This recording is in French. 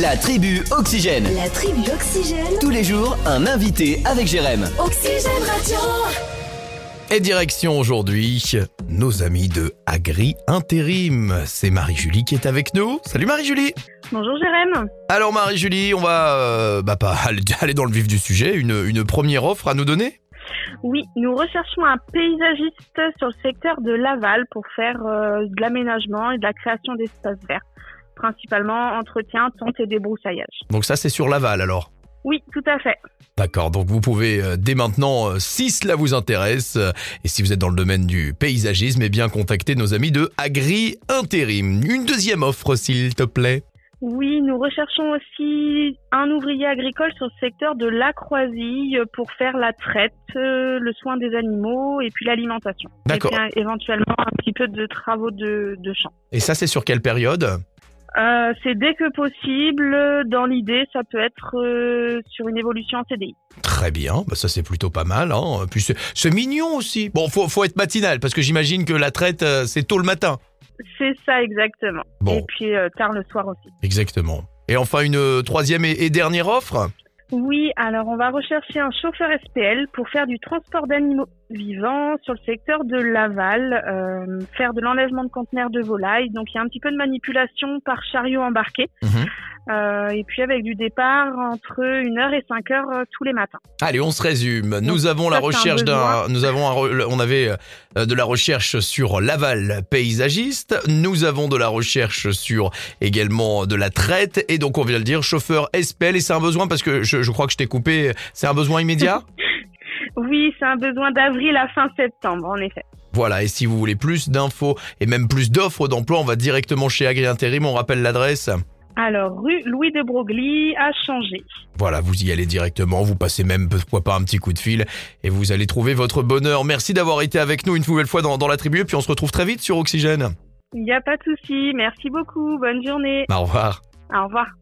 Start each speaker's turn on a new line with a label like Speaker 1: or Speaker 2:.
Speaker 1: La tribu Oxygène.
Speaker 2: La tribu Oxygène.
Speaker 1: Tous les jours, un invité avec Jérém.
Speaker 2: Oxygène Radio.
Speaker 3: Et direction aujourd'hui, nos amis de Agri Intérim. C'est Marie-Julie qui est avec nous. Salut Marie-Julie
Speaker 4: Bonjour Jérém.
Speaker 3: Alors Marie-Julie, on va euh, bah, pas aller- aller dans le vif du sujet, une, une première offre à nous donner
Speaker 4: Oui, nous recherchons un paysagiste sur le secteur de Laval pour faire euh, de l'aménagement et de la création d'espaces verts, principalement entretien, tente et débroussaillage.
Speaker 3: Donc ça c'est sur Laval alors
Speaker 4: Oui, tout à fait.
Speaker 3: D'accord, donc vous pouvez euh, dès maintenant, euh, si cela vous intéresse, euh, et si vous êtes dans le domaine du paysagisme, eh bien contacter nos amis de Agri Intérim. Une deuxième offre s'il te plaît
Speaker 4: Oui, nous recherchons aussi un ouvrier agricole sur le secteur de la Croisille pour faire la traite, euh, le soin des animaux et puis l'alimentation. Et
Speaker 3: D'accord.
Speaker 4: puis euh, éventuellement un petit peu de travaux de, de champ.
Speaker 3: Et ça c'est sur quelle période
Speaker 4: Euh, c'est dès que possible, dans l'idée, ça peut être euh, sur une évolution en CDI.
Speaker 3: Très bien, bah ça c'est plutôt pas mal. Hein. Puis c'est- c'est mignon aussi. Bon, faut, faut être matinal parce que j'imagine que la traite euh, c'est tôt le matin.
Speaker 4: C'est ça exactement.
Speaker 3: Bon,
Speaker 4: Et puis euh, tard le soir aussi.
Speaker 3: exactement. Et enfin une euh, troisième et, et dernière offre.
Speaker 4: Oui, alors on va rechercher un chauffeur SPL pour faire du transport d'animaux vivants sur le secteur de Laval, euh, faire de l'enlèvement de conteneurs de volailles. Donc il y a un petit peu de manipulation par chariot embarqué.
Speaker 3: Mhm.
Speaker 4: Euh, et puis avec du départ entre 1h et 5h tous les matins.
Speaker 3: Allez, on se résume. Nous avons la
Speaker 4: ça, c'est un
Speaker 3: recherche d'un,
Speaker 4: besoin.
Speaker 3: nous avons, un re- on avait euh, de la recherche sur l'aval paysagiste. Nous avons de la recherche sur également de la traite et donc on vient de le dire chauffeur SPL et c'est un besoin parce que je, je crois que je t'ai coupé. C'est un besoin immédiat.
Speaker 4: Oui, c'est un besoin d'avril à fin septembre, en effet.
Speaker 3: Voilà, et si vous voulez plus d'infos et même plus d'offres d'emploi, on va directement chez Agri Intérim, on rappelle l'adresse.
Speaker 4: Alors, rue Louis de Broglie a changé.
Speaker 3: Voilà, vous y allez directement, vous passez même pourquoi pas un petit coup de fil et vous allez trouver votre bonheur. Merci d'avoir été avec nous une nouvelle fois dans, dans la tribu et puis on se retrouve très vite sur Oxygène.
Speaker 4: Il n'y a pas de souci. Merci beaucoup. Bonne journée.
Speaker 3: Au revoir.
Speaker 4: Au revoir.